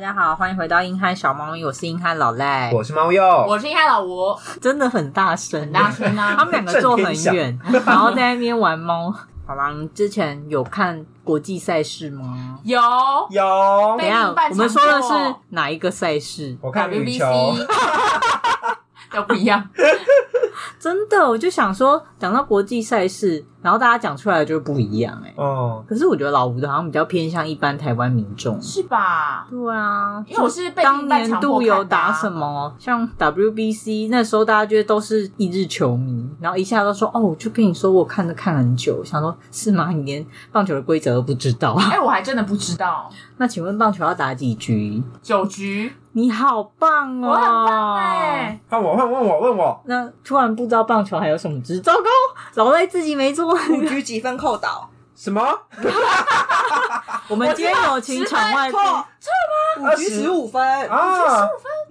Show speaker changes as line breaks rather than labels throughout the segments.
家好，欢迎回到硬汉小猫咪，我是硬汉老赖，
我是猫鼬，
我是鸭老吴，
真的很大声，
很大声啊！
他们两个坐很远，然后在那边玩猫。好啦，你之前有看国际赛事吗？
有
有，
等一下
被办
我们说的
场
是
过
哪一个赛事？
我看羽球，
WBC 都不一样，
真的，我就想说，讲到国际赛事，然后大家讲出来的就不一样哎、
哦，
可是我觉得老吴的好像比较偏向一般台湾民众。
是吧？
对啊，
因为我是被
当
另外
年
强迫
度
看
有
的啊
打什么，像 WBC 那时候，大家觉得都是一日球迷，然后一下都说哦，我就跟你说我看的看很久，想说是吗？你连棒球的规则都不知道？
哎、我还真的不知道
那请问棒球要打几局？
九局，
你好棒哦！
我很棒哎、
换我，换问我，问我，
那突然不知道棒球还有什么值，糟糕，老赖自己没 做。
五局几分扣倒，
什么？
我们今天有请场外
扣五局哎十五分，
啊，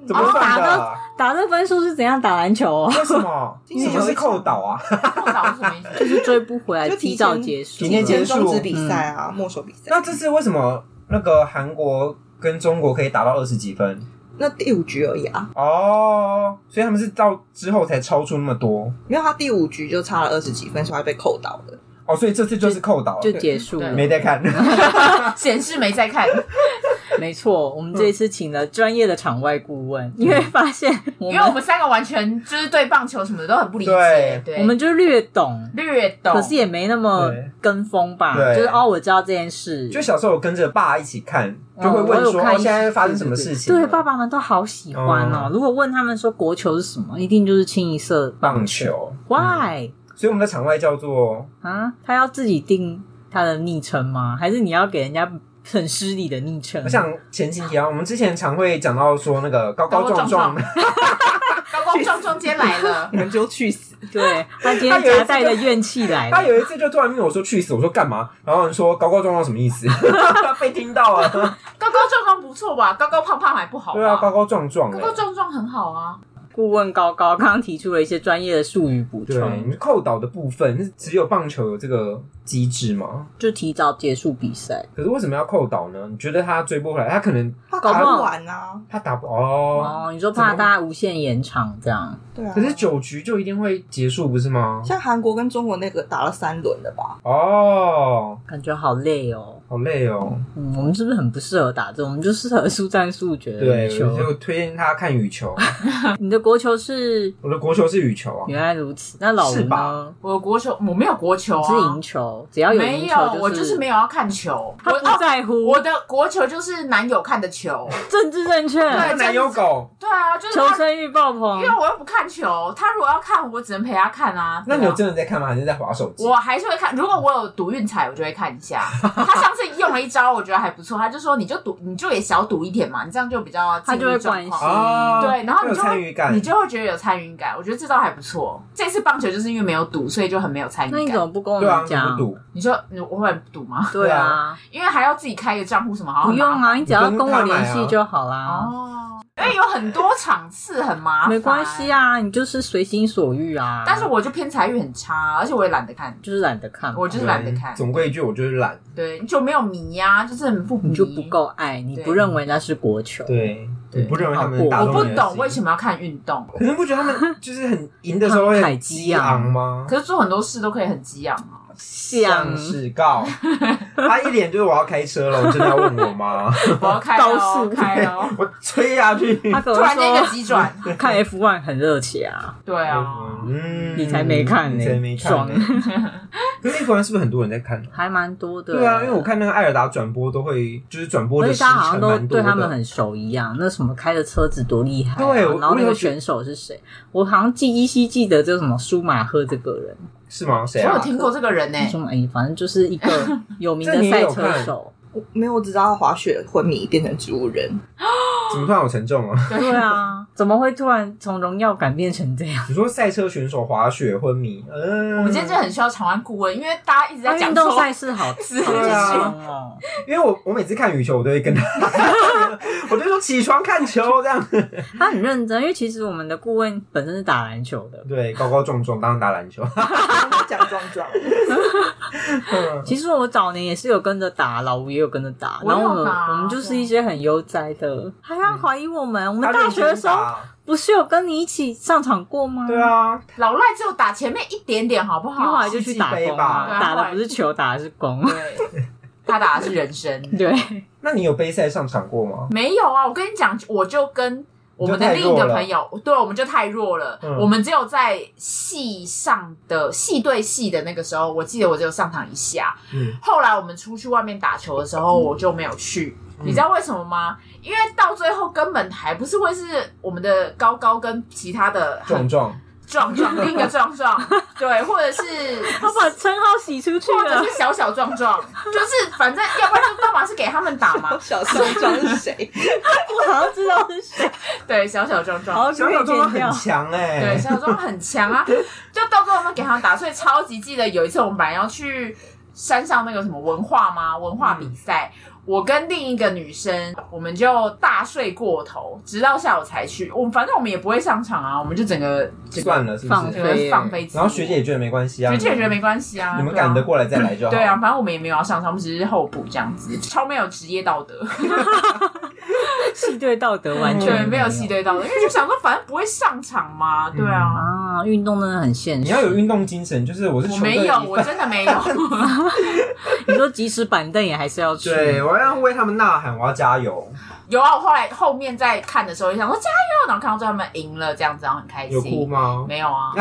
怎么算
哦打
的
到？打这分数是怎样打篮球、 哦？
为什么？
今天
什
有一
么
场
是扣倒啊？
不知道是什么意思？
就是追不回来，
就提
提
前
早结束了。
提前结
前
束
终止比赛啊，没收比赛。
那这次为什么那个韩国跟中国可以打到二十几分？
那第五局而已啊，
哦，所以他们是到之后才超出那么多
没有他第五局就差了二十几分，所以他被扣倒了。
哦，所以这次就是扣倒了
就结束了，
对
没在看。
显示没在看，
没错，我们
嗯
这一次请了专业的场外顾问，因为发现我
因
们
为我们三个完全就是对棒球什么的都很不理
对
解，对，
我们就略懂，
略懂，
可是也没那么
对
跟风吧，
对
就是哦，我知道这件事，
就小时候有跟着爸一起看，
嗯
就会问
我有
说
看
哦，现在发生什么事情啊了？
对，爸爸们都好喜欢哦。如果问他们说国球是什么，一定就是清一色
棒球，
，why
所以我们的场外叫做
啊？他要自己定他的昵称吗？还是你要给人家很失礼的昵称？
我想前情提要，我们之前常会讲到说那个高高壮壮，
高高壮壮今天来 了，
你们就去死！
对他今天
他有一次
夹带着怨气来
他
了，
有一次就突然问我说去死，我说干嘛？然后人说高高壮壮什么意思？ 被听到了，
高高壮壮不错吧？高高胖胖还不好吧？
对啊，高高壮壮、
高
欸，
高壮壮很好啊，
顾问高高刚刚提出了一些专业的术语补
对，
充，
你扣倒的部分只有棒球有这个机制吗？
就提早结束比赛。
可是为什么要扣倒呢？你觉得他追不回来，他可能
他
搞不
打
好
不完啊，
他打不哦，
哦，你说怕大家无限延长这样？
对啊。
可是九局就一定会结束，不是吗？
像韩国跟中国那个打了三轮的吧？
哦，
感觉好累哦。
好累哦。
嗯，我们是不是很不适合打这？我们就适合速战速决的
对，
羽球
我。就推荐他看羽球。
你的国球是
我的国球是羽球啊，
原来如此，那老吴
是
呢
吧？
我有国球我没有国球啊，
是赢球，只要有
没
赢
有，
球
我
就是
没有要看球，
他
我
不
哦，
在乎
我的国球就是男友看的球，
政治正确，
对
男友狗。
对啊，就是
求
他，
生欲爆
因
棚
为。我又不看球，他如果要看，我只能陪他看 啊。
那你有
对啊
真的在看吗？还是在划手机？
我还是会看，如果我有赌运彩，我就会看一 下。他上次用了一招，我觉得还不错，他就说你就赌，你就也小赌一点嘛，你这样就比较
他就会
进入状
关
况
心
哦，
对，然后
有
你就
参
会
与感，
你就会觉得有参与感。我觉得这招还不错。这次棒球就是因为没有赌，所以就很没有参与
那你
感。
怎么不跟我
对啊，
们
你不
讲？
赌，
你说你我会赌吗？
对啊，
因为还要自己开一个账户什么，好
不
像很麻
用
烦
啊，你只要
你
跟
跟
我
他买啊
联系就好啦。
哦，因为有很多场次很麻烦，
没关系
啊。
啊，你就是随心所欲啊。
但是我就偏财运很差，啊而且我也懒得看，
就是懒得看嘛，
我就是懒得看
对总归一句，我就是懒。
对，就没有迷呀、就是很不迷
你就不。够爱，你不
对
认为那是国球。
对，
对
你不认为他
好
们
过
打
我
动
不
你的
懂
心
为什么要看运动，
可能不觉得他 们就是很赢的时候会
很
很
激
激
昂
昂吗？
可是做很多事都可以很激昂啊。
像
是 告，他一脸就是我要开车了，我真的要问我吗？
我要开
高速，
哦开哦，
我吹下去。
他可
突
能
然间一个
说
急转，
看 F one 很热血啊，
对啊，
嗯
你才没看呢
你才没看
爽
呢。 可是 F 1是不是很多人在看啊？
还蛮多的。
对啊，因为我。看那个艾尔达转播都会，就是转播
而
的
且
时
大家好
长
像都
蛮多
对
的。
他们很熟一样，那什么开的车子多厉害、啊，
对我
然后
我
那个
有
选手是谁？我好像记依稀记得就是什么舒马赫这个人，
是吗？谁
我有
啊？
听过这个人呢、
什么哎，反正就是一个有名的
这你也
赛
有
车
看
手。
我没有，我只知道他滑雪昏迷变成植物人，
怎么突然好沉重啊？
对啊，怎么会突然从荣耀感变成这 样？
你说赛车选手滑雪昏迷，嗯，
我们今天真的很需要长安顾问，因为大家一直在讲
啊运
说
动赛事好
是
好
对啊
长哦，
因为我我每次看羽球，我都会跟他， 我就说起床看球这样。
他很认真，因为其实我们的顾问本身是打篮球的。
对，高高壮壮，当然打篮 球。
讲壮壮，
其实我早年也是有跟着打，老吴也有跟着打，
我
然
有
后我们
打
我们就是一些很悠哉的，嗯还要怀疑我们。我们
他
大
认
学
真
的时候
打
不是有跟你一起上场过吗？
对，啊，
老赖只有打前面一点点，好不
因为后
好
来？就去
世纪
打
杯
工
吧
啊
对啊
打
后
的
来
不是球，打的是工。
对，他打的是人生，
对，
那你有杯赛上场过吗？
没有啊！我跟你讲，我就跟我们的另一个朋友，对，我们就太弱了。
嗯
我们只有在戏上的戏对戏的那个时候，我记得我只有上场一下。
嗯，
后来我们出去外面打球的时候，我就没有去。
嗯
你知道为什么吗？因为到最后根本还不是会是我们的高高跟其他的
壮
很
壮，
壮壮，另一个壮壮， 对，或者是
他把称号洗出去
或
了
者。是小小壮壮，就是反正要不然就要么是给他们打嘛，
小壮壮是 谁？
我好像知道是谁，
对，小小壮壮。
好
小小壮壮
变
很
掉。
强哎、
对，小小壮很 强啊，就到最后我们给他们打，所以超级记得有一次我们本来要去山上那个什么文化吗？文化比赛，
嗯
我跟另一个女生，我们就大睡过头，直到下午才去。我们反正我们也不会上场啊，我们就整个整个
算了，是不
放
是？
整个放飞自我。
然后学姐也觉得没关系啊，
学姐也觉得没关系啊，
你们
对啊
赶得过来再来就好。
对啊，，反正我们也没有要上场，我们只是候补这样子，超没有职业道 德，
系对道德完
对，
全
没有系对道德，因为就想说反正不会上场嘛，对啊，
啊，运动真的很现实。
你要有运动精神，就是我是嗯
我
球队
没有，
一
我
份
真的没有，
你说即使板凳也还是要去，
对，我要为他们呐喊，我要加油，
有啊，我后来后面在看的时候就想说加油，然后看到最后他们赢了这样子，然后很开
有哭
心，
吗？
没有 啊，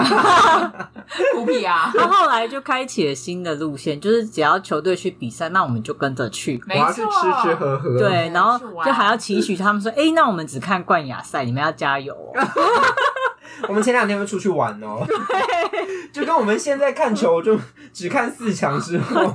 哭屁啊，
他后来就开启了新的路线，就是只要球队去比赛，那我们就跟着去。
我
没
要去
错，
吃吃喝喝。
对，
嗯
然后
去玩
就还要期许他们说：“哎、那我们只看冠亚赛，你们要加油哦。
我们前两天会出去玩 哦，就跟我们现在看球就 只看四强之 后，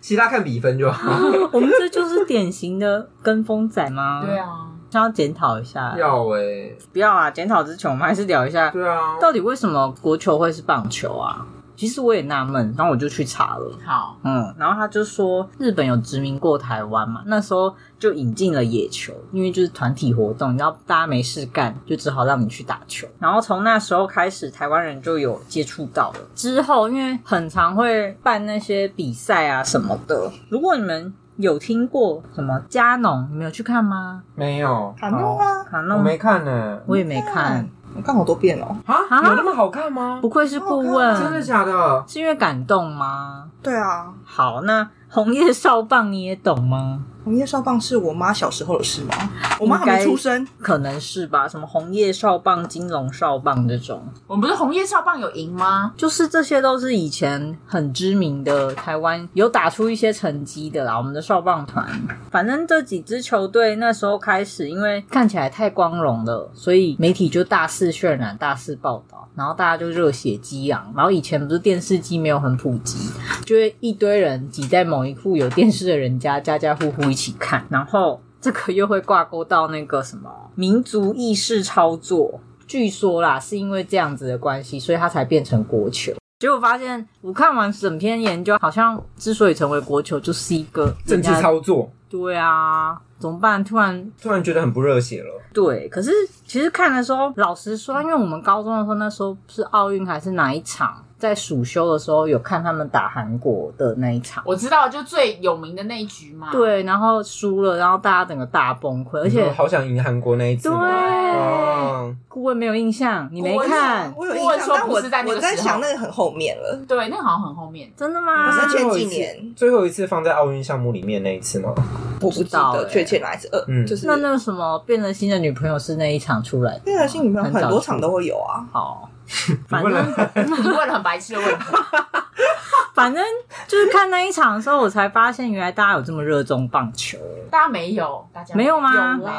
其他看比分就好。”
我们这就是典型的跟风仔吗？
对，啊，
要检讨一下。
要哎、
不要啊，检讨之前我们还是聊一下，
对啊，
到底为什么国球会是棒球啊？其实我也纳闷，然后我就去查了。
好，
嗯，然后他就说日本有殖民过台湾嘛，那时候就引进了野球，因为就是团体活动，你知道大家没事干，就只好让你去打球。然后从那时候开始，台湾人就有接触到了。之后因为很常会办那些比赛啊什么的，如果你们有听过什么加农，你们有去看吗？
没有
卡诺
卡
啊，
哦好我
农
没看呢、
我也没看，
我看好多遍哦。
啊，
啊
有那么好看吗
不？愧是顾
我
真的
问，
假的？
是因为感动吗？
对啊，
好，那红叶少棒你也懂吗？
红叶少棒是我妈小时候的事吗？我妈还没出生，
可能是吧，什么红叶少棒、金龙少棒这种，
我们不是红叶少棒有赢吗？
就是这些都是以前很知名的台湾有打出一些成绩的啦。我们的少棒团，反正这几支球队那时候开始，因为看起来太光荣了，所以媒体就大肆渲染、大肆报道，然后大家就热血激昂。然后以前不是电视机没有很普及，就会一堆人挤在某一户有电视的人家，家家户户一起看，然后这个又会挂钩到那个什么民族意识操作。据说啦，是因为这样子的关系，所以它才变成国球。结果发现，我看完整篇研究，好像之所以成为国球，就是一个
政治
人家
操作，
对啊，怎么办？突然
突然觉得很不热血了。
对，可是其实看的时候，老实说，因为我们高中的时候，那时候是奥运还是哪一场，在暑休的时候有看他们打韩国的那一场。
我知道，就最有名的那一局嘛，，
对，然后输了，然后大家整个大崩溃，而
你
且
说好想赢韩国那一次
对
吗？哦，
顾问没有印象，你没
顾问
看？
我有印
我
象，
说
但
不
我
是在那个
我在
时候
想那个很后面了。
对，那个好像很后面，
真的
我
吗
是？前
后一
几
次
年，
最后一次放在奥运项目里面那一次吗？
我不
知
记
道
得
欸
确切哪一次，呃，
嗯
就是
那那个什么变了心的女朋友是那一场出来的
那个新女朋友
很早
很多
出
场都会有啊。
好，
你
反
问
正
了，
你问了很白痴 的问题，
反正就是看那一场的时候，我才发现原来大家有这么热衷棒球，
大家没有，大家
没有吗？
有啊
没有，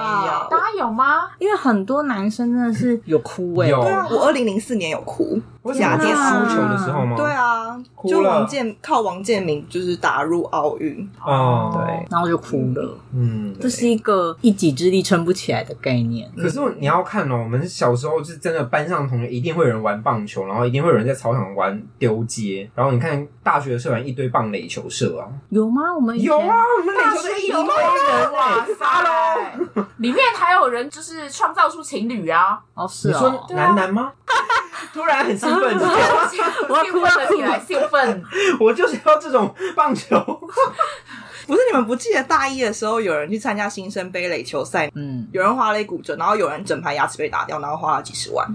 大家有吗？
因为很多男生真的是有哭哎、
嗯有
对啊，我二零零四年有哭，
为什么
雅典奥
输
运
球的时候吗？
对，啊，
哦哭
就
了
王建靠王建民就是打入奥运，
哦，
对，
然后就哭了。
嗯。
这是一个一己之力撑不起来的概念。
可是你要看哦，我们小时候是真的班上同学一定会有人玩棒球，然后一定会有人在操场玩丢接，然后你看大学社团一堆棒垒球社啊，
有吗？我们以前
有啊，，我们垒球社一
有
零八
人
人
哇
啊
哇
塞！里面还有人就是创造出情侣啊！
哦是
你
哦
说，男男吗？突然很兴奋，
我要
兴
哭
奋了起来，兴奋！
我就是要这种棒 球。
不是你们不记得大一的时候有人去参加新生杯垒球赛，
嗯，
有人花了一骨折，然后有人整排牙齿被打掉，然后花了几十万，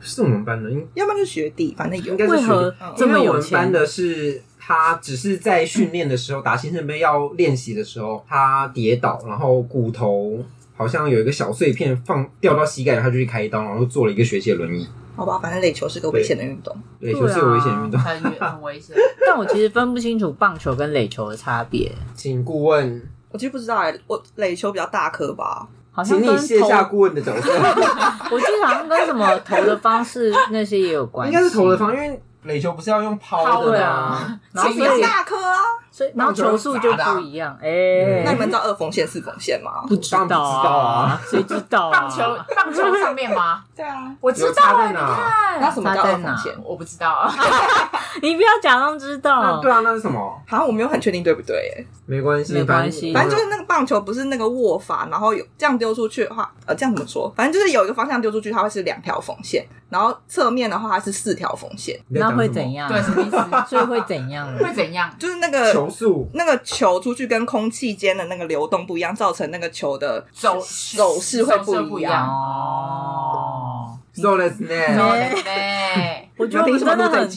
是我们班的，应
要不然就学弟，反正有
应。该是
为
学弟
何这
因
么
为我
有
们班
钱？
的是他只是在训练的时候打新生杯要练习的时候，他跌倒，然后骨头好像有一个小碎片放掉到膝盖，他就去开刀，然后坐了一个学期的轮椅。
好吧，反正垒球是个危险的运动。
对，
啊
就是有危险运动。
很很危险。
但我其实分不清楚棒球跟垒球的差别，
请顾问，
我其实不知道哎、我垒球比较大颗吧，
好像
请
跟
你卸下
投，
顾问的角 色，
我记得好像跟什么投的方式那些也有关
应
系，
该是投的方，因为垒球不是要用抛
抛
的
对
的
吗
啊？
然后
比
所
较
以
大颗啊。
所以然后球速就
啊
不一样，哎，
那你们知道二缝线、四缝线吗？
不知道
当嗯然不知道啊，
谁知道啊
棒球棒球上面吗？
对啊，
我
有
知
差
道
在
啊，你
哪？
那
看，
什么叫
差
二
在哪
缝线？
我不知道啊，
你不要假装知
那
道
对，啊，那是什么？
好像我没有很确定对不对、欸？
没关系，
没关系
反正就是那个棒球不是那个握法，然后有这样丢出去的话，呃，这样怎么说？反正就是有一个方向丢出去，它会是两条缝线，然后侧面的话它是四条缝线，
那会怎？样？
对，什么意思？
所以会怎样？
会怎 样？
就是那
你在讲什么球
个
速
那个球出去跟空气间的那个流动不一样，造成那个球的
走
手势会不一样
手势一样
哦
哦。
，so let's
走
name。
哎
嘞嘞
我觉得我们真的很，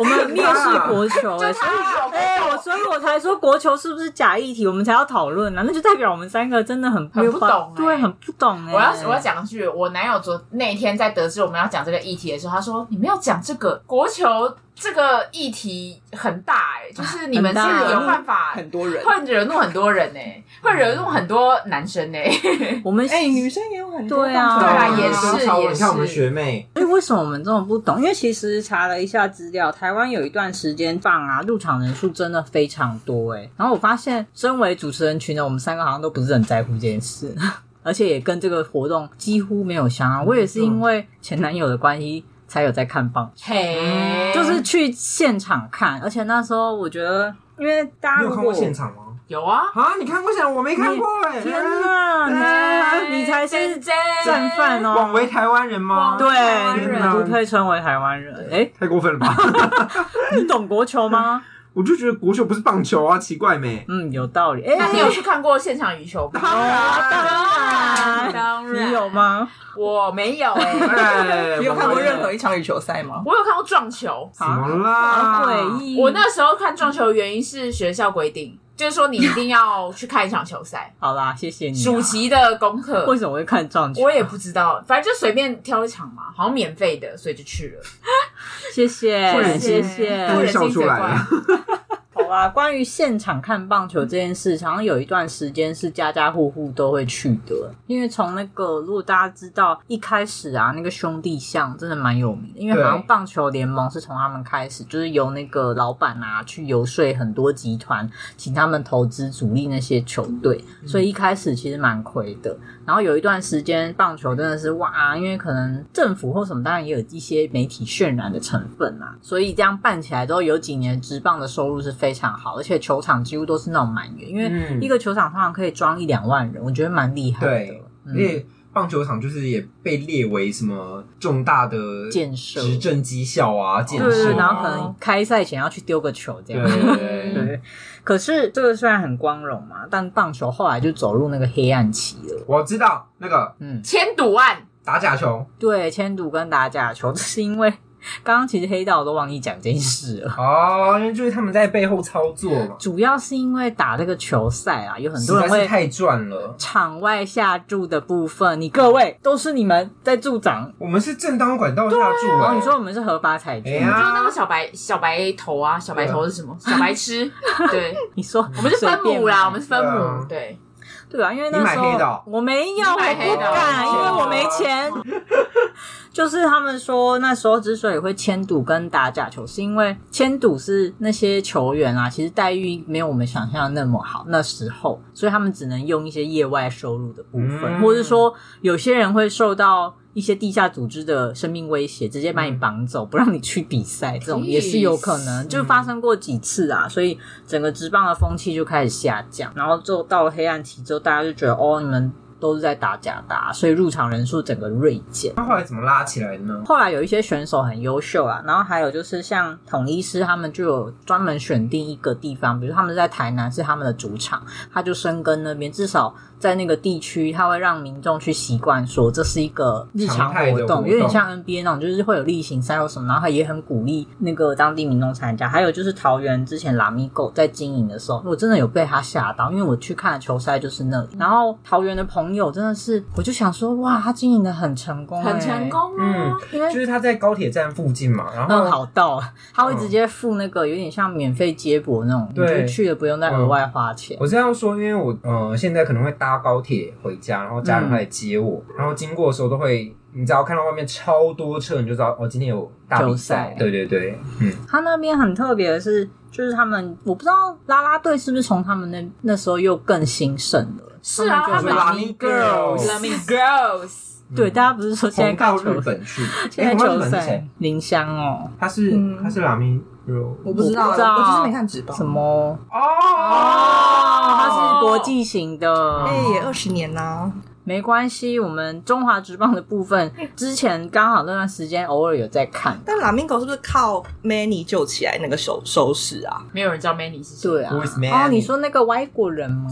我 们很蔑
啊
视国球哎、所以
他
哎、我所以我才说国球是不是假议题，我们才要讨论呢、啊那就代表我们三个真的很
很不懂哎
对，很不懂哎、
我要我要讲一句，我男友昨那一天在得知我们要讲这个议题的时候，他说：“你们要讲这个国球这个议题很大哎、就是你们
很大
是有办法
很多人。
会惹怒很多人哎、会惹怒很多男生哎、
我们
哎、女生也有很多
对啊
棒球
对啊
队
也是
超
也
你看我们
是
学妹，
所以为什么我们这么不懂？因为其实查了一下资料，台湾有一段时间放啊，入场人数真的非常多哎、然后我发现，身为主持人群呢，我们三个好像都不是很在乎这件事， 而且也跟这个活动几乎没有相关。我也是因为前男友的关系，才有在看棒球。
嘿，
就是去现场看，而且那时候我觉得，因为大家
你有
如
看
果
过现场吗？
有啊，
啊，你看过现场？我没看过哎、
天哪，啊你你才是战犯
哦。
广
哦，
为台湾人吗？
对，你
天
哪
们不配称为台湾人。哎，
太过分了吧！
你懂国球吗？
我就觉得国球不是棒球啊，奇怪 没？
嗯，有道理。哎
那，你有去看过现场羽球吗？
当然，
然
当然，
你有？吗？
我没有哎、
哎，
你有看过
我
任何一场羽球赛吗？
我有看过撞球。
怎么啦？
好诡异，
我那时候看撞球的原因是学校规定，就是说你一定要去看一场球赛，
好啦，谢谢你啊。
暑期的功
为
课。
什么会看撞球？
我也不知道，反正就随便挑一场嘛，好像免费的，所以就去了。
谢谢，谢
谢
谢。
但是笑出来了。
好啊，关于现场看棒球这件事，好像有一段时间是家家户户都会去的，因为从那个如果大家知道一开始啊，那个兄弟象真的蛮有名的，因为好像
对
棒球联盟是从他们开始，就是由那个老板啊去游说很多集团，请他们投资主力那些球队，
嗯
所以一开始其实蛮亏的。然后有一段时间，棒球真的是哇，因为可能政府或什么，当然也有一些媒体渲染的成分啊，所以这样办起来之后，有几年职棒的收入是非常好，而且球场几乎都是那种满员，因为
嗯
一个球场通常可以装一两万人，我觉得蛮厉害的
对。
嗯
因为哎棒球场就是也被列为什么重大的
建设
执政绩效啊，建
对对
设
对，
啊，
然后可能开赛前要去丢个球这样。
对对。
对，可是这个虽然很光荣嘛，但棒球后来就走入那个黑暗期了。
我知道那个
嗯，
千赌案，
打假球
对，千赌跟打假球，这 是因为刚刚其实黑道我都忘记讲这件事了。
哦，因为就是他们在背后操作嘛，
主要是因为打这个球赛啊，有很
实
多
在
人
是
会
太赚了。
场外下注的部分，你各位都是你们在助长。
我们是正当管道下注
然
啊，
后你说我们是合法彩
哎
券，
就是那
呀
个，小白小白头啊，小白头是什么？小 白痴，对，
你说
我们是分母啦，我们
是
是分
对
母
啊，
对，
对啊，因为那
你买
时候
黑的哦
我没有，我
你买黑
不
的哦
敢，因为我没
哦
钱。就是他们说那时候之所以会签赌跟打假球，是因为签赌是那些球员啊，其实待遇没有我们想象的那么好，那时候，所以他们只能用一些业外收入的部分，
嗯
或者说有些人会受到。一些地下组织的生命威胁，直接把你绑走，不让你去比赛，这种也是有可能，就发生过几次啊，所以整个职棒的风气就开始下降，然后就到了黑暗期之后，大家就觉得哦，你们都是在打假打，所以入场人数整个锐减。
他后来怎么拉起来的呢？
后来有一些选手很优秀啊，然后还有就是像统一师他们就有专门选定一个地方，比如他们在台南是他们的主场，他就深耕那边，至少在那个地区，他会让民众去习惯说这是一个日常
常态
活
的活
动，
动
有点像 NBA 那种，就是会有例行赛或什么，然后他也很鼓励那个呃当地民众参加。还有就是桃园之前拉米狗在经营的时候，我哦真的有被他吓到，因为我去看球赛就是那里，然后桃园的朋友真的是，我就想说哇，他经营的很成功、欸
很成。功啊
嗯！
因为
就是他在高铁站附近嘛，然
嗯，
后
好到他会直接付那个有点像免费接驳那种，
嗯
你
对嗯
就去了不用再额外花钱。
我这样说，因为我呃现在可能会搭高铁回家，然后家人会来接我，然后经过的时候都会，你只要看到外面超多车，你就知道哦，今天有大比赛
球赛。
对对对，嗯，
他那边很特别的是，就是他们我不知道啦啦队是不是从他们那那时候又更兴盛了。
是啊，他
他们
们
就
就
拉
是
米 Girls
Girls
哦
Love Me Girls，
对，大家不是说现
嗯
在
红
看
到
球
日，本去，
现
诶
在
红到
球
日本是
赛
谁？
林香哦，
他是
嗯
他是拉米 Girl
我不知道，
我不知道
我就是没看直播
什。么？
哦，
他是国际型的，
哎，也二十年呐，
没关系。我们中华职棒的部分，
哎
之前刚好那段时间偶尔有在看。
但拉米狗是不是靠 Manny 救起来那个手手势啊？
没有人知道 Manny 是谁。
对啊
Who is，Manny？
哦，你说那个外国人吗？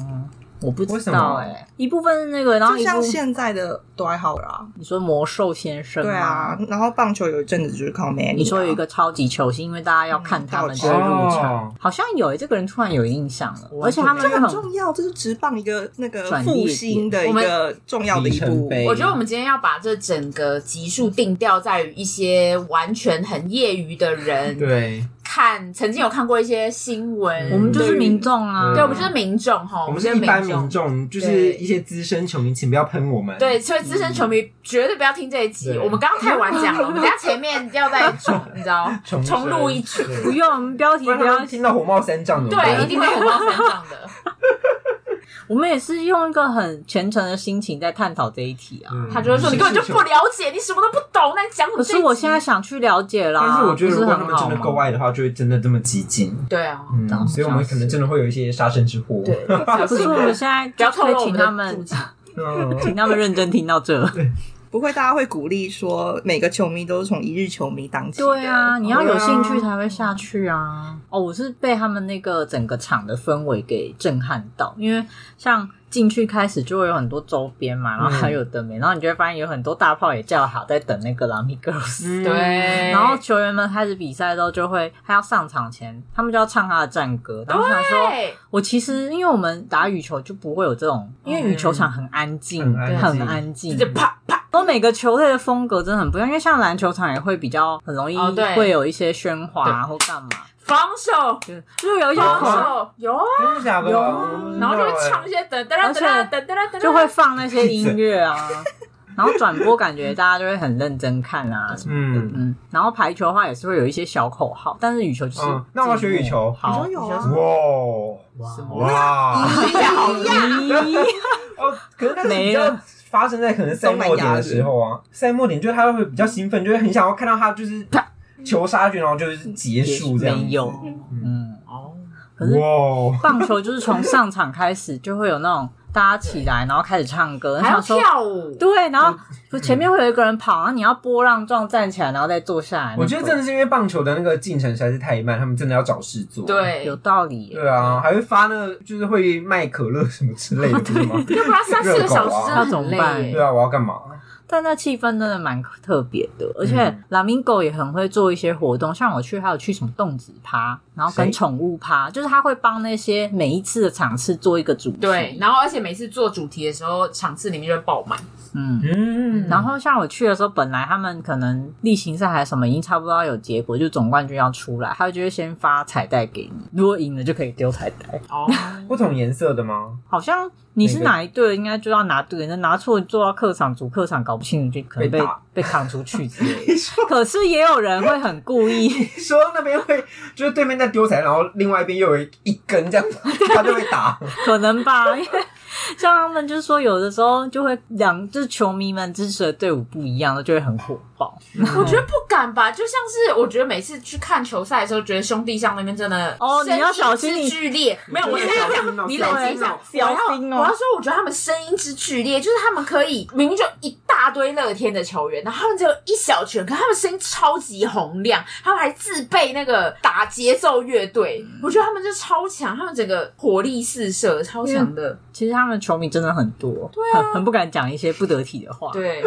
我不
为
知
什么
道哎、一部分是那个，然后
就
一部
像现在的 d w i 啊，
你说魔兽先生吗
对啊，，然后棒球有一阵子就是靠 Manny，啊
你说有一个超级球星，因为大家要看他们
嗯
就会入场，
哦
好像有欸这个人突然有印象了，
我
而且他们
这
就
很
很
重要，这是直棒一个那个
转捩点
复兴的一个重要的一
里程
步。
碑
我觉得我们今天要把这整个集数定调在于一些完全很业余的人
对，
看，曾经有看过一些新闻，
我们就是
对于
民，众啊，
嗯
对，我们就是民众哈，
我们
就是
一般民
众。
众，就是
对
一些资深球迷，请不要喷我们。
对，所以资深球迷绝对不要听这一集，
对
我们刚刚太晚讲了，我们等一下前面要再重，你知道，
重生，
重录一集，
不
对，
用我们标题
不然
不
他
要
们，听到火冒三丈怎么
对，一
办？
定会火冒三丈的。
我们也是用一个很虔诚的心情在探讨这一题啊。
嗯
他就会说你根本就不了解，你什么都不懂，那你讲什
可
么这一集？
是我现在想去了解啦，
但是我觉得，
不
如
是
果他
很
们
好啊
真的
吗？
够爱的话，就会真的这么激进。
对啊，
嗯
嗯，所以我们可能真的会有一些杀身之祸。
对，小
可
心
是我们现在
不要
就可
透
以
露我
请
们
他
的
们
住址。
嗯，
请他们认真听到这。
不会，大家会鼓励说每个球迷都是从一日球迷当起的。
对啊，你要
对
有
啊
兴趣才会下去啊。哦，我是被他们那个整个场的氛围给震撼到，因为像进去开始就会有很多周边嘛，然后还有灯美，然后你就会发现有很多大炮也叫好在等那个 Lami Girls。
嗯
对，，
然后球员们开始比赛之后，就会他要上场前，他们就要唱他的战歌。然后我想说，
对
我其实因为我们打羽球就不会有这种，因为羽球场很安静，
嗯很安
很
静
安静，
就啪啪，
然后每个球队的风格真的很不一样，因为像篮球场也会比较很容易
哦对
会有一些喧哗啊或干嘛，
防守，
就是就有一些
有
防
口
守，有啊，
真的假的？
有
我不知道哎
然后就会唱一些噔噔噔
而
噔
且
噔噔噔噔，
就会放那些音乐 啊，然后转播感觉大家就会很认真看啊什
欸。
么。
嗯
嗯，然后排球的话也是会有一些小口号，但是羽球就是、
嗯那我要学羽球
你
好
说，有
哇
啊，
哇
听起来好厉害
咦，
哦，可是但是比
没
较
了
发生在可能赛末点的时候啊，赛末点就是他会比较兴奋，就会很想要看到他就是球杀卷，然后就是 结束这样子。
没有，嗯，
哦，
可是
哇，
棒球就是从上场开始就会有那种大家起来，然后开始唱歌，
还要
想说
跳舞，
对，然后就前面会有一个人跑，然后你要波浪状站起来，然后再坐下来那个。
我觉得真的是因为棒球的那个进程实在是太慢，他们真的要找事做。。
对，
有道理耶，
对啊，还会发那个，就是会卖可乐什么之类 的，不是吗？
啊要不然三四个小时真的很累
要怎么办
对
耶。
啊，我要干嘛？
但那气氛真的蛮特别的，而且
嗯
拉明狗也很会做一些活动，像我去还有去什么动子趴，然后跟
谁
宠物趴，就是他会帮那些每一次的场次做一个主题。
对，，然后而且每次做主题的时候，场次里面就会爆满。
嗯。
嗯
然后像我去的时候，本来他们可能例行赛还是什么已经差不多要有结果，就总冠军要出来，他就会先发彩带给你，如果赢了就可以丢彩带。
哦，
不同颜色的吗？
好像你是
哪个
哪一队，应该就要拿对的，那拿错坐到客场主客场搞不清楚就可能被
被打
被扛出去之类 的。可是也有人会很故意，
说那边会就是对面在丢彩，然后另外一边又有一根这样， 他就会打。
可能 吧，因为像他们就是说，有的时候就会两就是球迷们支持的队伍不一样，那就会很火爆。
我觉得不敢吧，就像是我觉得每次去看球赛的时候，觉得兄弟像那边真的
哦你要小心
声
你
音之剧烈，没有，我是要
小心哦
你
小
冷静一
心
下
哦，
我要
小心哦
我要说，我觉得他们声音之剧烈，就是他们可以明明就一大堆乐天的球员，然后他们只有一小群，可他们声音超级洪亮，他们还自备那个打节奏乐队，我觉得他们就超强，他们整个火力四射，超强的，
其实他们球迷真的很多，对
啊
很很不敢讲一些不得体的话。
对。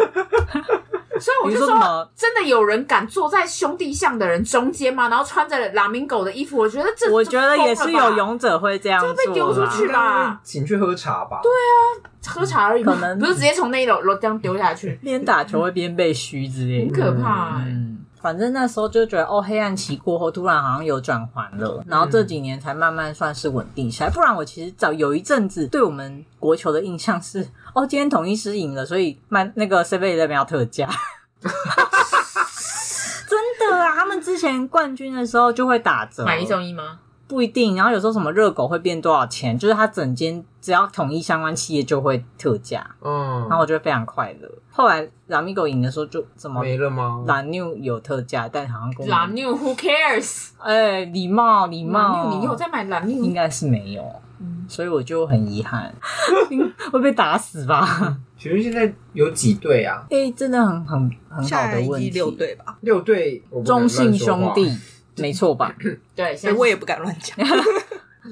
所以我
比
就
如说什么
说，真的有人敢坐在兄弟像的人中间吗？然后穿着拉明狗的衣服，我觉得这
我觉得也是
这疯了吧
有勇者会这样做
就被丢出
啦
去吧，
请去喝茶吧。
喝茶而已嘛，
可能
不是直接从那一楼楼这样丢下去，
边打球会边被虚之类
很
的。
可怕、欸。
嗯，反正那时候就觉得哦，黑暗期过后突然好像有转环了，然后这几年才慢慢算是稳定下来。不然我其实早有一阵子对我们国球的印象是，哦，今天统一师赢了，所以曼那个 C 位那边要特价。真的啊，他们之前冠军的时候就会打折，
买一送一吗？
不一定。然后有时候什么热狗会变多少钱，就是它整间只要统一相关企业就会特价，
嗯
然，后我就会非常快乐。后来拉米狗赢的时候就怎么
没了吗？
拉 new 有特价，但好像跟我
蓝
们
妞 Who cares？
哎礼貌嗯礼
蓝
貌，
妞，你有在买嗯蓝
应
妞？
该是没有，所以我就很遗 憾，会被打死吧？
请问现在有几队啊？
哎、真的很很很好
下
的
一
问
季
题。
六队
啊
吧，
六队，我不敢
中
乱说话
信兄弟，没错吧？
对，
所
现在
以我也不敢 乱讲。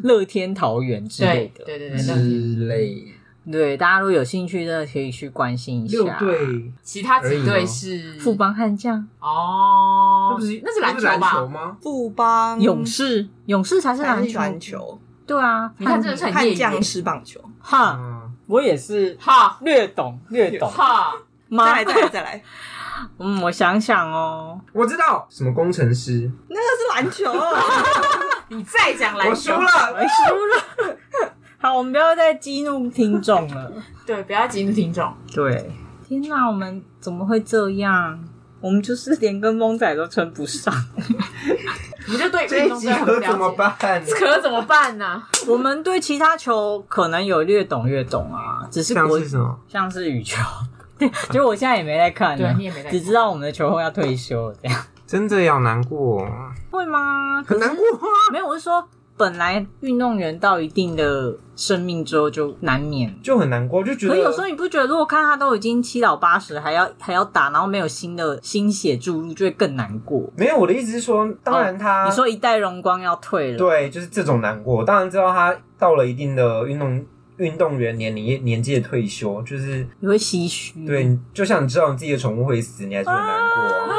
乐天桃园之类
对
的，
对对对对，
之类。
对大家如果有兴趣，真的可以去关心一
六
下。
队，
其他
而
几
已吗
队是
富邦悍将、
哦
那，不是
那是
那
篮
不
球吧？
吗？
富
嗯
邦
勇士，勇士才是
还
篮
是
球，
篮球，
对啊，
你看真的是很业
悍
余
将是棒球。
哈，
嗯，
我也是
哈
略懂略懂
哈，
再
妈
来，再来，再来，
嗯，我想想哦，
我知道什么工程师，
那个是篮球。
你再讲篮
我
球
输，了。
输了。 好，我们不要再激怒听众了。
对，不要激怒听众。
对，天哪，我们怎么会这样？我们就是连跟风仔都称不上，
我们就对
这
运
一
动
集
真的很
可
不
怎么
了解。
办？
可怎么办呢、
我们对其他球可能有略懂略懂啊，只是
像
国
是什么？
像是羽球， 对，结果我现在也没在看了，
对你也没在看
只知道我们的球后要退休了，这样
真的要难过，哦
会吗？
很难过啊。
没有，我是说，本来运动员到一定的生命之后就难免
就很难过，就觉
可
得
是有时候你不觉得，如果看他都已经七老八十，还要还要打，然后没有新的新血注入，就会更难过。
没有我的意思是说，当然他、
哦你说一代荣光要退了，
啊对，就是这种难过。当然知道他到了一定的运动运动员年龄年纪的退休，就是
你会唏嘘。
对，，你就像你知道你自己的宠物会死，你还是会难过啊。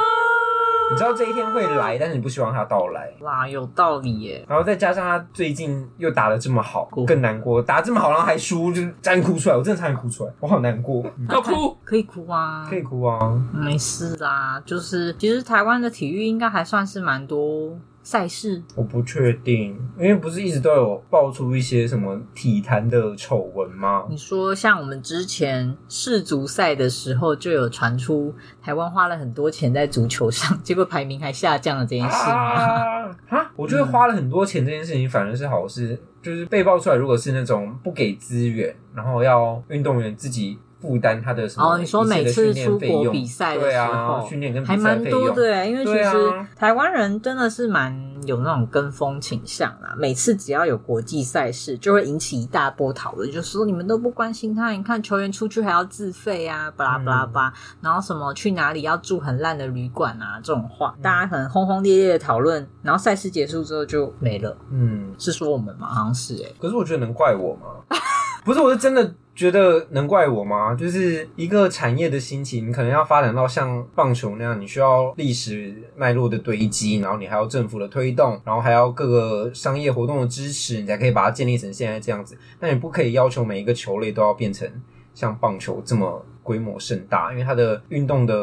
你知道这一天会来，但是你不希望它到来。
哇，有道理耶。
然后再加上他最近又打的这么好
哭，
更难过。打得这么好，然后还输，就是差点哭出来。我真的差点哭出来，我好难过。
嗯
要哭，
可以哭啊，
可以哭啊，
没事啦。就是其实台湾的体育应该还算是蛮多赛事，
我不确定，因为不是一直都有爆出一些什么体坛的丑闻吗？
你说像我们之前世足赛的时候，就有传出台湾花了很多钱在足球上，结果排名还下降了这件事吗？
啊啊！我觉得花了很多钱这件事情反而是好事，就是被爆出来，如果是那种不给资源，然后要运动员自己负担他的什么
哦，你说
一切的
每次
训练
出
费
国
用
比赛的
对
时
啊
候，，
训练跟比
还
赛
蛮
费
多
用
的欸，因为其
对啊
实台湾人真的是蛮有那种跟风倾向啦。每次只要有国际赛事，就会引起一大波讨论，就说你们都不关心他，你看球员出去还要自费啊，巴
嗯
拉巴拉巴拉，然后什么去哪里要住很烂的旅馆啊这种
嗯
话，大家很轰轰烈烈的讨论，然后赛事结束之后就没了。
嗯，
是说我们吗？好像是哎、
可是我觉得能怪我吗？ 不是，我是真的觉得能怪我吗？就是一个产业的兴起，你可能要发展到像棒球那样，你需要历史脉络的堆积，然后你还要政府的推动，然后还要各个商业活动的支持，你才可以把它建立成现在这样子。那你不可以要求每一个球类都要变成像棒球这么规模盛大，因为它的运动的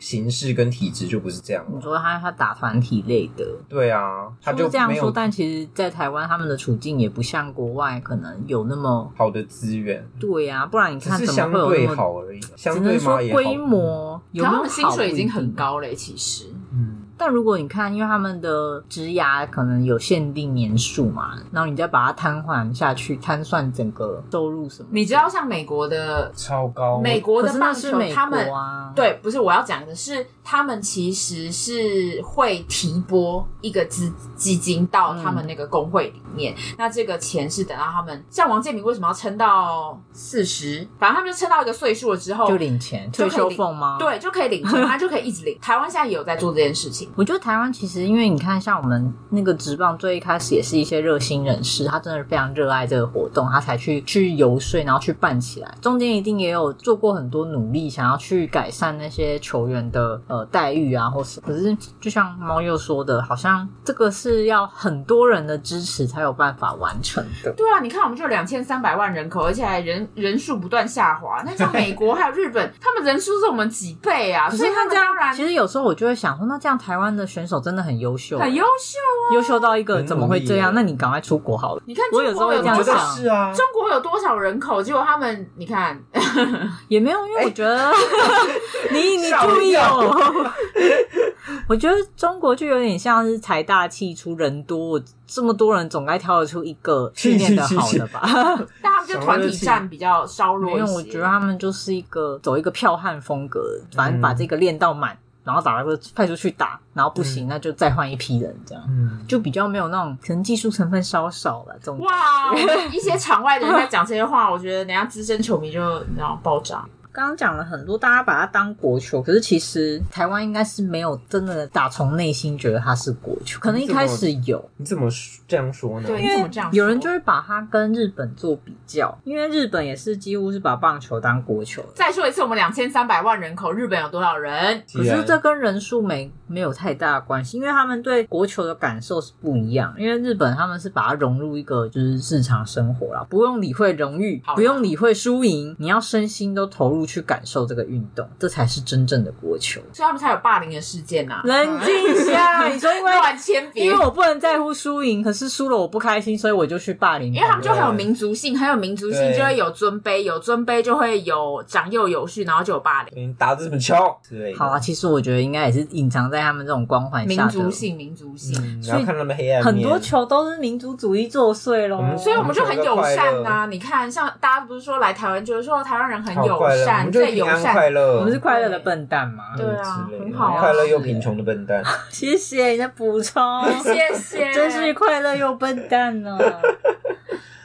形式跟体制就不是这样
你
了。
说他他打团体类的，
对啊，它
说
就
这样
没
说，
有
但其实，在台湾他们的处境也不像国外可能有那么
好的资源，
对呀、不然你
只
看
是
怎么
相
会有
对
那么？
好而已。
只
相对
能
嘛
说
也好
规，模有
可
没
他
有
们薪
好
水已经
不一
很
定
高了、其实
嗯，
但如果你看，因为他们的职涯可能有限定年数嘛，然后你再把它摊还下去，摊算整个收入什么，
你知道像美国的
超高。
美国
哦可
的
是那
棒
是
球，
美
他们
国啊，，
对，不是我要讲的是，他们其实是会提拨一个资基金到他们那个工会里面，那这个钱是等到他们像王建民为什么要撑到四十，反正他们就撑到一个岁数了之后
就，领钱
就
退
可以领
休俸吗？。
对，就可以领 钱，他就可以一直领。台湾现在也有在做这件事情，
我觉得台湾其实，因为你看，像我们那个职棒最一开始也是一些热心人士，他真的非常热爱这个活动，他才去去游说，然后去办起来。中间一定也有做过很多努力，想要去改善那些球员的呃待遇啊，或是可是就像猫又说的，好像这个是要很多人的支持才有办法完成 的。
对啊，你看我们就两千三百万人口，而且还人人数不断下滑。那像美国还有日本，他们人数是我们几倍啊，所以他们当然
其实有时候我就会想说，那这样台湾的选手真的很优秀，
很优秀啊。
优秀到一个
很努力
怎么会这样？
耶
那你赶快出国好了。
你看
我有时
中
候
国
会
有
这样
多
觉得
想
少？
是啊，
中国有多少人口？结果他们，你看，
也没有，因为我觉得、你你
笑
注意
笑
哦。 我觉得中国就有点像是财大气粗，人多，这么多人总该挑得出一个训练的好的吧？
但他们就团体战比较稍弱
没有，
一些。
我觉得他们就是一个走一个剽悍风格，反正把这个练到满，然后打了个派出去打，然后不行、那就再换一批人，这样
嗯，
就比较没有那种可能技术成分稍少了这种。
哇，我们一些场外的人在讲这些话，我觉得人家资深球迷就你知道爆炸。
刚刚讲了很多，大家把它当国球，可是其实台湾应该是没有真的打从内心觉得它是国球，可能一开始有，
你怎么这样说呢？
对，
因
你怎
为
么这样说？
有人就会把它跟日本做比较，因为日本也是几乎是把棒球当国球的。
再说一次，我们两千三百万人口，日本有多少人？
既
可是
然
这跟人数没没有太大的关系，因为他们对国球的感受是不一样。因为日本他们是把它融入一个就是日常生活啦，不用理会荣誉
好，啦
不用理会输赢，你要身心都投入去感受这个运动，这才是真正的国球。
所以他们才有霸凌的事件呐、
冷静一下，你说因为
乱签别
因为
人。
我不能在乎输赢，可是输了我不开心，所以我就去霸凌。
因为他们就很有民族性，很有民族性
对
就会有尊卑，有尊卑就会有长幼有序，然后就有霸凌，
你打这么敲之类的。
好啊，，其实我觉得应该也是隐藏在他们这种光环
民
下的
族。性，民族性。
嗯，
所以
然后看他们黑暗面
很多球都是民族主义作祟咯。
嗯
所以我们就很友善啊
我们快
呐、你看，像大家不是说来台湾，就是说台湾人很
好
友
快乐，我
善，
们就是
最
平
友
安快
善。
乐，嗯
我们是快乐的笨蛋嘛？
对啊
之类的
很好啊
快乐又贫穷的笨蛋。
谢谢你的补充，
谢谢，
真是快乐又笨蛋啊呢。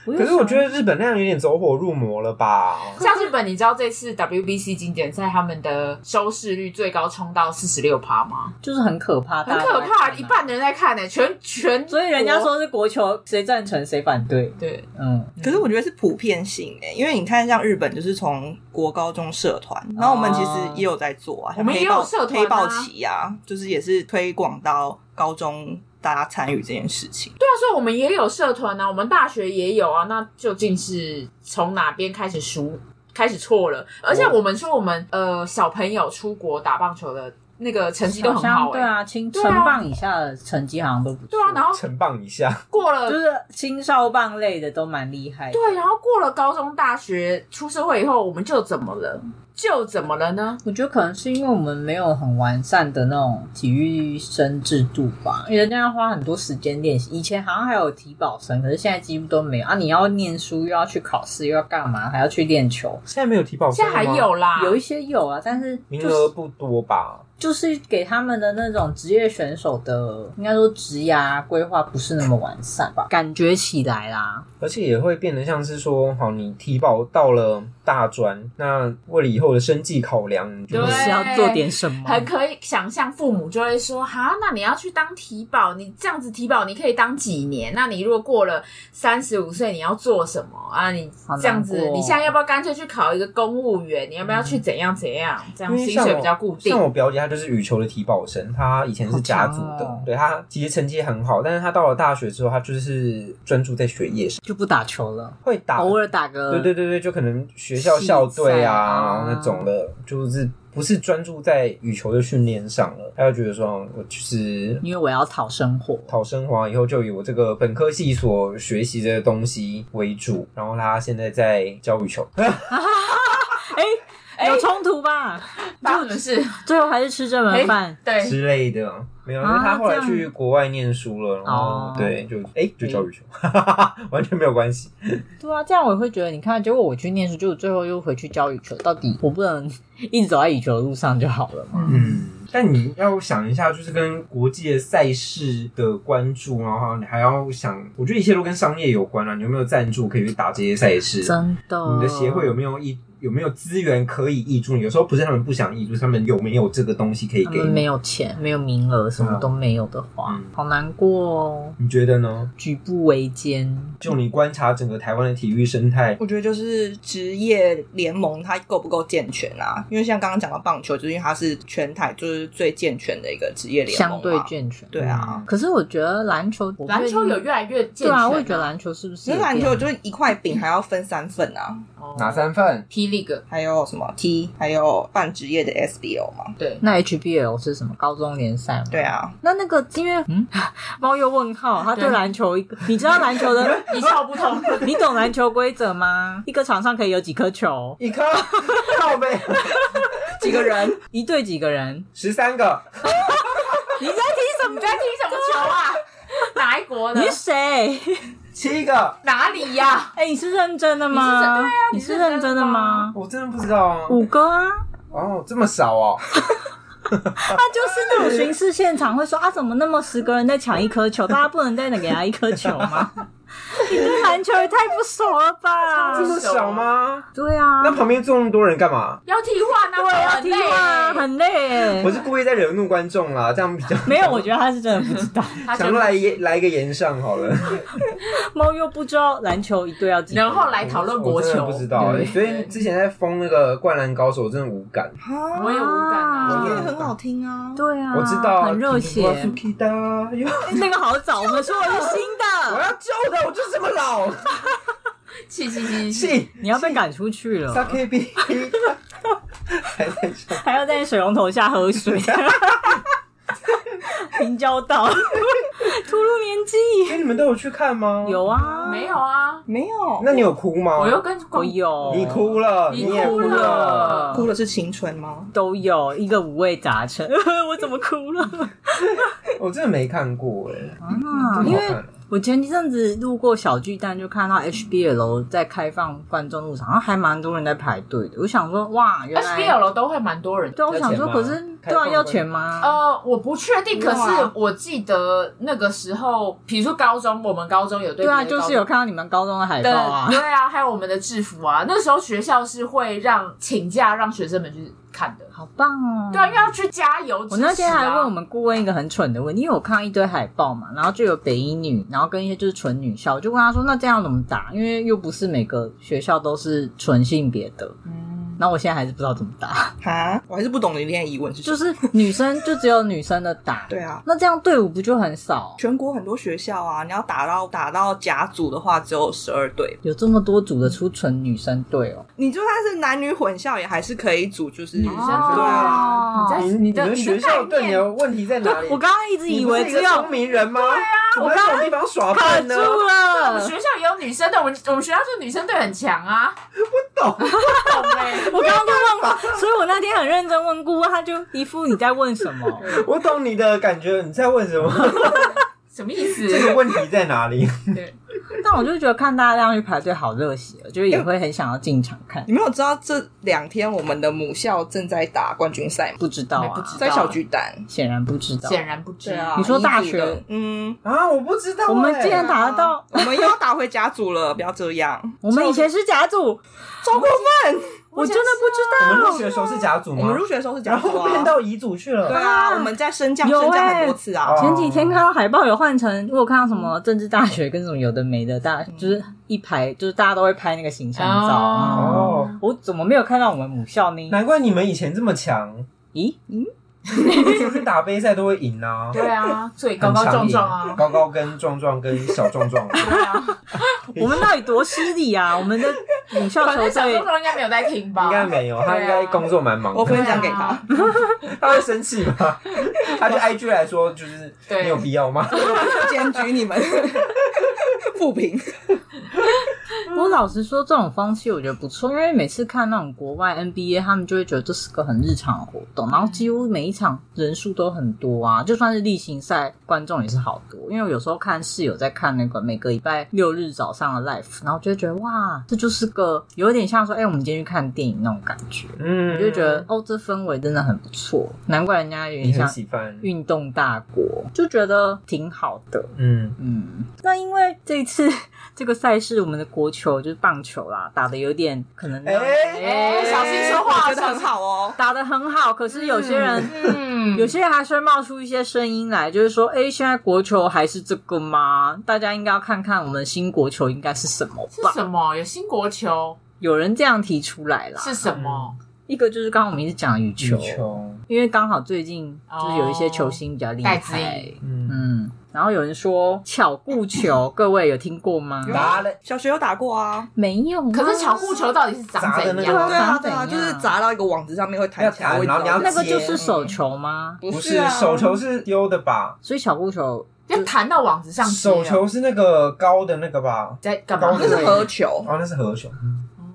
可是我觉得日本那样有点走火入魔了 吧？哦
像日本，你知道这次 WBC 经典赛他们的收视率最高冲到四十六趴吗？
就是很可怕，
很
大家都
可
在
怕，
看啊
一。半的人在看呢、全全。
所以人家，说是国球，谁赞成谁反对？
对，
嗯，
可是我觉得是普遍性诶、因为你看，像日本就是从国高中社团，然后我们其实也有在做啊，
我们也有社团啊
黑豹旗啊，就是也是推广到高中大家参与这件事情。
对啊，所以我们也有社团啊，我们大学也有啊。那究竟是从哪边开始输，开始错了？而
哦
且我们说，我们呃小朋友出国打棒球的那个成绩都
好
很
像
好、
对
欸，
啊，青
对
成
啊
棒以下的成绩好像都不
对啊。
错
然后
成棒一下，
过了
就是青少棒类的都蛮厉害的。
对，啊然后过了高中、大学、出社会以后，我们就怎么了？就怎么了呢？
我觉得可能是因为我们没有很完善的那种体育生制度吧，因为人家要花很多时间练习。以前好像还有体保生，可是现在几乎都没有啊！你要念书，又要去考试，又要干嘛，还要去练球。
现在没有体保生
现
了
在
吗，
还有啦，
有一些有啊，但是
名
就是
额不多吧？
就是给他们的那种职业选手的，应该说职涯规划不是那么完善吧？感觉起来啦，
而且也会变得像是说，好，你体保到了大专，那为了以后有的生计考量，就
对啊
是
是要做点什么？
很可以想象，父母就会说：“哈，那你要去当体保，你这样子体保你可以当几年？那你如果过了三十五岁，你要做什么啊？你
好难
这样子
过，哦
你现在要不要干脆去考一个公务员？你要不要去怎样怎样？这样
因为
薪
像
水
我
比较固定
像。我表姐，她就是羽球的体保生，她以前是甲组
好
的，
强哦
对她其实成绩很好，但是她到了大学之后，她就是专注在学业上，
就不打球了，
会打
偶尔打个
啊对对对对，就可能学校校队啊，然后那种的，就是不是专注在羽球的训练上了，他就觉得说，我就是
因为我要讨生活。
讨生活以后就以我这个本科系所学习的东西为主，然后他现在在教羽 球，
哎、有冲突吧？
发生什 么事？
最后还是吃这碗饭。
对，
之类的，没有，因为
啊
他后来
这样
去国外念书了，然后
哦
对，就哎、就教羽球， 完全没有关系，
对啊，这样我会觉得，你看，结果我去念书，就最后又回去教羽球，到底我不能一直走在羽球的路上就好了吗？
嗯。但你要想一下，就是跟国际的赛事的关注，然后你还要想，我觉得一切都跟商业有关啊。你有没有赞助可以去打这些赛事？
真的，
你的协会有没有一有没有资源可以挹注你？有时候不是他们不想挹注，是他们有没有这个东西可以
他
给
们嗯没
你？
有钱，没有名额，什
对
么
啊
都没有的话，
嗯
好难过哦，
你觉得呢？
举步维艰。
就你观察整个台湾的体育生态，
我觉得就是职业联盟它够不够健全啊？因为像刚刚讲到棒球，就是因为它是全台就是最健全的一个职业联盟嘛
相
啊
对健全。
对啊。
可是我觉得啊篮球，我不
篮球
愿意
有越来越
对
健全、
啊，我也觉得篮球是不是
其
有
实
变？
篮球就是一块饼还要分三份啊，
哦
哪三份？
P League
还有什么 T，还有半职业的 SBO 嘛。
对，
那 HBL 是什么？高中联赛吗？
对啊，
那那个因为嗯， 猫又问号，他对
对
篮球一个，你知道篮球的，
一窍不 通。
你懂篮球规则吗？一个场上可以有几颗球？
一颗靠背，
几个人？
一队几个人？
十三个，
你在听什么
你？在踢什么球啊？哪一国的
你？是谁？
七个，
哪里呀、
哎、你是认真的吗？
你是认对啊
你
你
是
是
认
认
真
真
的
的
吗
吗？
我真的不知道啊。
五个啊，
哦，这么少哦，
他就是那种巡视现场会说 啊，怎么那么十个人在抢一颗球？大家不能再给他一颗球吗？ 你对篮球也太不熟了吧
超
这？
级
么少吗？
对啊，
那旁边坐那么多人干嘛？
要替换啊，
对要
很
听
累
啊，很累耶
我。是故意在惹怒观众啦，这样比较
没有，我觉得他是真的不知道。
他觉
想
得
说来一来一个延上好了。
猫又不知道篮球一队要几个人，
然后来讨论国
我真的
球，
不知道欸，
对
所以之前在封那个《灌篮高手》，我真的无感。
啊
我也无感
啊
啊。
因为很好听啊。
对啊，
我知道，
很热血。
我要 Suki 的哟
哎那个好早，我们说的是新
我
的，
要救的，我就是这么老
气气气气！
气
你要被赶出去了，
，Suki B，还在笑。
还要在水龙头下 喝水。平交道，屠戮年纪
哎，你们都有去看吗？
有。啊，
没有啊，
没有，
那你有哭吗？
我又跟
我
光
有，
你哭了，
你
也
哭
了。
了，
哭的是青春吗？
都有一个五味杂陈， 我怎么哭了？
我真的没看过哎，
啊
真的
因
好嗯
为
看哎
我前一阵子路过小巨蛋，就看到 HBL 在开放观众入场，然后还蛮多人在排队的。我想说，哇，原来
SBL 楼都会蛮多人的。
对啊，我想说，
要钱吗
可是
开
对
放
啊，
会
要钱吗？
呃，我不确定，
没
可
有啊
是我记得那个时候，比如说高中，我们高中有对
对啊，
别的
就
高
是
中
有看到你们高中的海报
对
啊
对。啊， 还有我们的制服啊，那时候学校是会让请假让学生们去看的。
好棒哦！
对啊，因为要去加油、啊
我那天还问我
们，
们顾问一个很蠢的问题，因为我看到一堆海报嘛，然后就有北一女，然后跟一些就是纯女校，我就问他说：“那这样怎么打？因为又不是每个学校都是纯性别的。”然后我现在还是不知道怎么打，
哈，我还是不懂你恋爱疑问是
就
什么。
是女生就只有女生的打，
对啊，
那这样队伍不就很少？
全国很多学校啊，你要打到打到甲组的话，只有十二队。
有这么多组的出纯女生队哦，
你就算是男女混校，也还是可以组，就是女
生组
对啊。
哦
你在
哎你
你的
们
你的
学校
概
对你
念
的问题在哪里？
我刚刚一直以为
你不
只
是一个
有
聪明人吗？对啊，怎么在这种地方耍
卡
笨
住
呢？
了，
学校也有女生的，我们我们学校就女生队很强啊，
懂，
懂哎、
我刚刚就问过， 所以我那天很认真问顾问，他就一副你在问什么，
我懂你的感觉，你在问什么？
什么意思？
这个问题在哪里？
对，
但我就觉得看大家这样去排队好热血哦，就是也会很想要进场看
你。没有知道这两天我们的母校正在打冠军赛吗？
不知道啊
哎不，知道
在小巨蛋。
显然不知道。
显然不知
对啊，
你说大
乙组的
学
嗯，
啊，我不知道、欸。
我们竟然打得
啊
到，
我们又要打回甲组了，不要这样，
我们以前是甲组，
超过分！
我真的
啊
不
我
知
们
道。
入学的时候是甲组
我们
吗？
入学的时候是
然
讲过
后变
啊，
到乙组去
对
了。
啊，我们在升降
有
升降
欸
很多次啊，
哦
前几天看到海报有换成，我有看到什
嗯
么政治大学跟什么有的没的大，就是一排，就是大家都会拍那个形象照。嗯
哦
哦，
我怎么没有看到我们母校呢？
难怪你们以前这么强，
咦，
就是打杯赛都会赢啊。
对啊，所以高高
很常
壮
赢
壮啊。
高高跟壮壮跟小壮壮，
对啊，
我们到底多失礼啊！我们的母校
反
球
正小
队
壮壮应该没有在听吧？
应该没有，他应该工作蛮忙
我
的。
分享给他。
他会生气吗？ 他就 IG 来说，就是
对
你有必要吗？
检举 你们，不平。
我老实说，这种风气我觉得不错，因为每次看那种国外 NBA，他们就会觉得这是个很日常的活动，然后几乎每一场人数都很多啊，就算是例行赛，观众也是好多。因为我有时候看室友在看那个每个礼拜六日早上的 live，然后就会觉得哇，这就是个有点像说，哎、我们今天去看电影那种感觉，
嗯，
我就觉得哦，这氛围真的很不错，难怪人家有
你
点
很
像
喜欢，
运动大国，就觉得挺好的。
嗯，
嗯，那因为这一次 这个赛事，我们的国球就是棒球啦，打的有点可能
哎
哎
小心说话
我觉得很好哦。
打的很好，可是有些人、
嗯，
有些人还是会冒出一些声音来，就是说，哎，现在国球还是这个吗？大家应该要看看我们新国球应该是什么
是
吧？
什么？有新国球
有人这样提出来啦，
是什么？
一个就是刚刚我们一直讲羽
羽
球，
球，
因为刚好最近就是有一些球星比较厉害，
哦戴资颖
嗯，
嗯，然后有人说巧固球，各位有听过吗？
打了
小学有打过啊，
没有啊，
可是巧固球到底是长
砸的
怎
那个
样？
对啊，
长怎
对
样
啊，就是砸到一个网子上面会弹起来，
要弹
会
然后你要
那个
接
就是手球吗？
不
不
是
是
啊
手球是丢的吧？
所以巧固球
要弹到网子上去哦
手球是那个高的那个吧？
在干嘛
高？
那是合球，
哦，那是合球，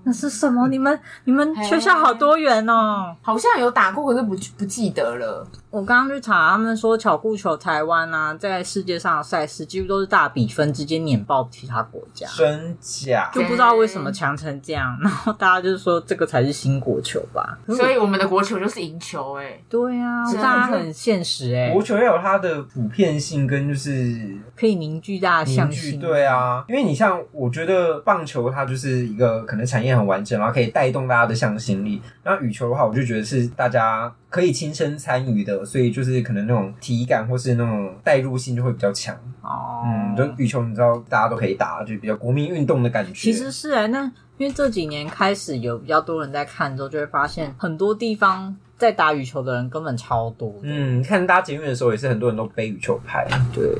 那是什么？你 们你们学校好多元哦！
好像有打过，可是不不记得了。
我刚刚去查，他们说巧固球台湾啊，在世界上的赛事几乎都是大比分直接碾爆其他国家，
真假？
就不知道为什么强成这样。 然后大家就说这个才是新国球吧？
嗯
所以我们的国球就是赢球，哎，
对啊，
是啊
大家很现实哎、
国球也有它的普遍性跟就是
可以凝聚大家
凝
相
聚，
信。
对，啊，因为你像我觉得棒球它就是一个可能产业很完整，然后可以带动大家的向心力。然后羽球的话，我就觉得是大家可以亲身参与的，所以就是可能那种体感或是那种代入性就会比较强。
哦，
嗯，就羽球你知道大家都可以打，就比较国民运动的感觉。
其实是哎、那因为这几年开始有比较多人在看之后，就会发现很多地方在打羽球的人根本超多的。
嗯，看大家捷运的时候，也是很多人都背羽球拍。
对，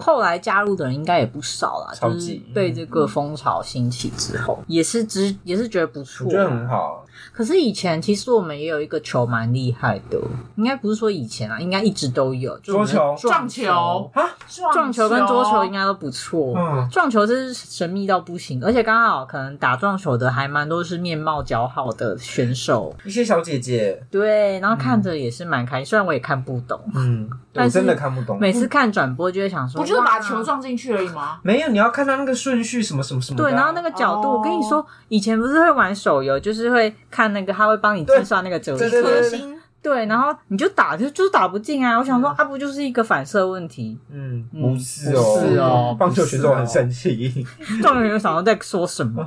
后来加入的人应该也不少啦，
超
就
级嗯
是被这个风潮兴起之后，也是知也是觉得不错啊
我觉。得很好，
可是以前其实我们也有一个球蛮厉害的，应该不是说以前啊，应该一直都有。就
桌
是我们
球
的撞球、
啊
撞
撞
球跟桌球应该都不错。
嗯
撞球真是神秘到不行，而且刚好可能打撞球的还蛮多是面貌姣好的选手，
一些小姐姐，
对，然后看着也是蛮开心，虽然我也看不懂，
嗯，我
但是
真的看不懂。
每次看转播就会想说，
不就是把
哇
球撞进去而已吗？
没有，你要看他那个顺序什么什么什么的啊。
对，然后那个角度，
哦
我跟你说，以前不是会玩手游，就是会看那个，他会帮你计算那个折
对对
射
对，
心
对，然后你就打，就就是打不进啊。我想说，啊，不就是一个反射问题？
嗯，
嗯
不是哦，
不是哦
棒球选手很
不是哦
生气。
众人有想到在说什 么，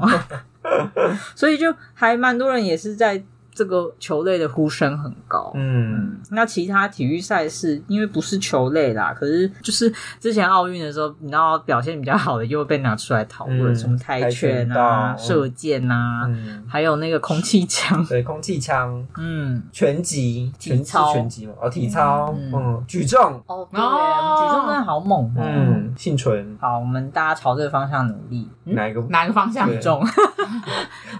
所以就还蛮多人也是在这个球类的呼声很高。
嗯，
那其他体育赛事，因为不是球类啦，可是就是之前奥运的时候，你知道表现比较好的又被拿出来讨论，
嗯
什么
跆
拳
拳
啊、
道
射箭啊，
嗯，
还有那个空气 枪，
对，空气枪、
嗯。
拳击、
体
拳击、
操
拳击嘛，哦，体操，
嗯
嗯，举重，
哦，
对我
举
们
啊
举
重
重
真
真
的
的
好猛哦。
嗯，幸存
好，我们大家朝这个方向努力。嗯
哪一个？
哪个方向？
对
重，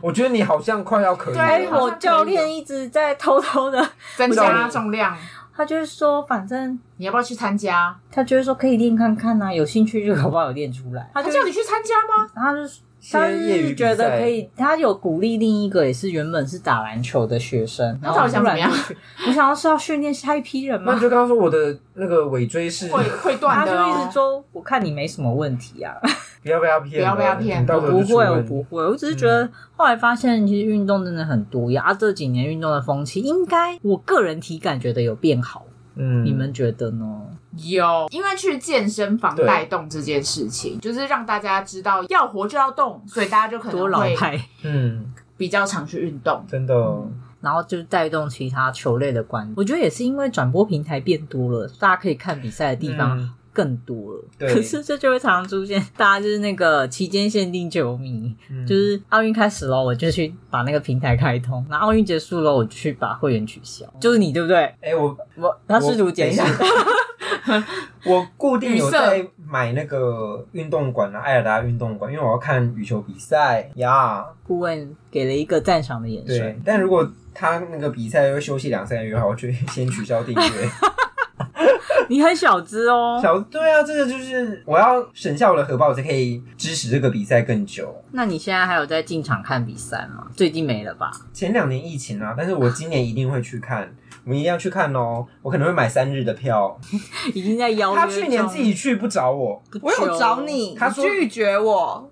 我觉得你好像快要可以
对
了。
哎我教练一直在偷偷的，
增加重量？
他就是说，反正
你要不要去参加？
他就是说可以练看看呐、有兴趣就搞不好有练出来。他
他
就
叫你去参加吗？
他就是
先
他
业余
是
比
觉得
赛
可以，他有鼓励另一个也是原本是打篮球的学生，然
那
后
到底想
突
怎么
然
样
就？去，我想要是要训练下一批人
那
吗
你？就跟他说我的那个尾椎是
会会断
他就
的
一
哦
直。说，我看你没什么问题啊。
不要被他骗了，
不要被他骗
你到时候就
我不
出
会，
问嗯
我不会，我只是觉得后来发现，其实运动真的很多样。啊，这几年运动的风气，应该我个人体感觉得有变好，
嗯，
你们觉得呢？
有，因为去健身房
对
带动这件事情，就是让大家知道要活就要动，所以大家就可能
多老
会
派，
嗯，
比较常去运动。
真的，
然后就带动其他球类的关注。我觉得也是因为转播平台变多了，大家可以看比赛的地方
嗯
更多了。
对
可是这就会常常出现，大家就是那个期间限定球迷，
嗯
就是奥运开始喽，我就去把那个平台开通；然后奥运结束喽，我就去把会员取消。就是你对不对？
哎、我
我他试图解释
我，等一下我固定有
语塞
在买那个运动馆啊，艾尔达运动馆，因为我要看羽球比赛呀。
顾问给了一个赞赏的眼神。
对，
但如果他那个比赛要休息两三个月的话，我就会先取消订阅。
你很小资哦，
小对啊，这个就是我要省下我的荷包，我才可以支持这个比赛更久。
那你现在还有在进场看比赛吗？最近没了吧？
前两年疫情啊，但是我今年一定会去看，我们一定要去看哦。我可能会买三日的票。
已经在邀约
他去年
中
自己去不找我，
不久
我有找你，
他
你
说
拒绝我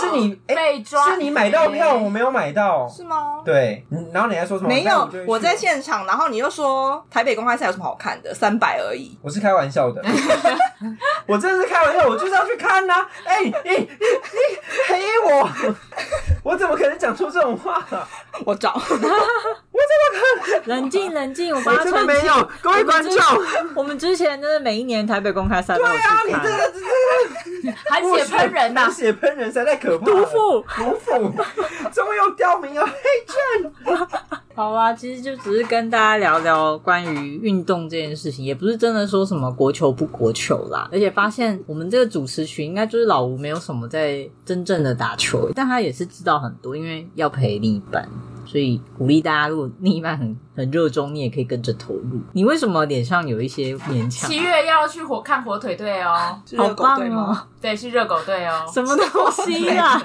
是你哎、
被抓
是你买到票，我没有买到。
是吗？
对，嗯然后你还说什么？
没
那
有
我就会，去
我在现场，然后你又说台北公开赛有什么好看的，三百而已。
我是开玩笑的， 我真的是开玩笑，我就是要去看呐、哎、你你你黑我，我怎么可能讲出这种话、啊
我 找，
冷静冷静，我帮
我
他
真的
澄
没
清。
有，各位观众，
我们之前真的每一年台北公开赛都有去
啊，你
看。
这个这
还
个
血喷人啊呐、
血喷人实在太可怕了。
毒妇，
毒妇，终于又刁民了。
好啊，其实就只是跟大家聊聊关于运动这件事情，也不是真的说什么国球不国球啦。而且发现我们这个主持群应该就是老吴没有什么在真正的打球，但他也是知道很多，因为要陪另一半，所以鼓励大家，如果另一半很很热衷，你也可以跟着投入。你为什么脸上有一些勉 强？
七月要去火看火腿队哦，
是
好
热狗
棒
队吗？
哦！
对，是热狗队哦，
什么东西 啊？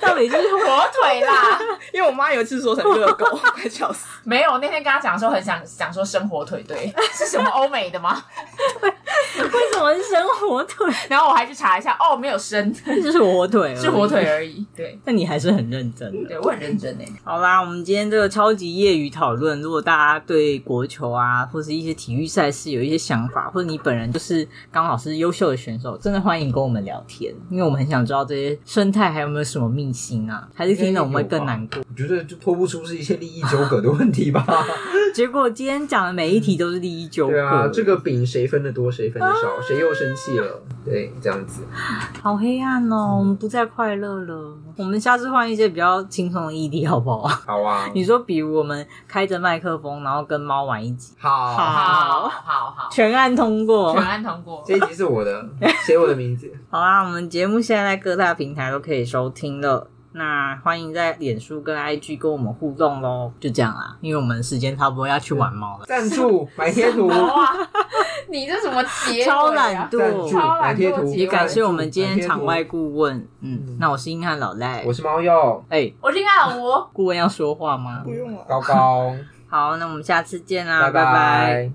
到底是
火腿啦。
因为我妈有一次说成热狗， 快笑死。
没有，那天跟他讲说很想想说生火腿队是什么欧美的吗？
为什么是生 火腿？
然后我还去查一下，哦，没有生，
这是火腿，
是火腿。而已。对，
那你还是很认真的。
对我很认真哎。
好啦，我们今天这个超级业余讨论，如果大家对国球啊，或是一些体育赛事有一些想法，或者你本人就是刚好是优秀的选手，真的欢迎跟我们聊天，因为我们很想知道这些生态还有没有什么秘辛啊，还是听了我们会更难过。
我觉得就脱不出是一些利益纠葛的问题吧。
结果今天讲的每一题都是利益纠 葛，
对啊，这个饼谁分的多，谁分的少，谁又生气了？对，这样子。
好黑暗哦，我们不再快乐了。我们下次换一些比较轻松的议题好不好？
好啊，
你说，比如我们开着麦克风，然后跟猫玩一集，
好，
好
好好好，
全案通过
全。案通过。
这一集是我的，写我的名字。
好啦，我们节目现在在各大平台都可以收听了。那欢迎在脸书跟 IG 跟我们互动喽，就这样啦，因为我们时间差不多要去玩猫了，
赞助买贴图，
哇，你这什么结尾啊
超懒
赞助
惰。
超
买
懒惰
贴图，
也感谢我们今
买
天
贴图
场外，顾问，嗯，那我是硬汉老赖
我，是猫鼬，
哎、
我是爱我。
顾问要说话吗？
用了啊
高高，
好，那我们下次见啦，
拜
啊拜拜
拜。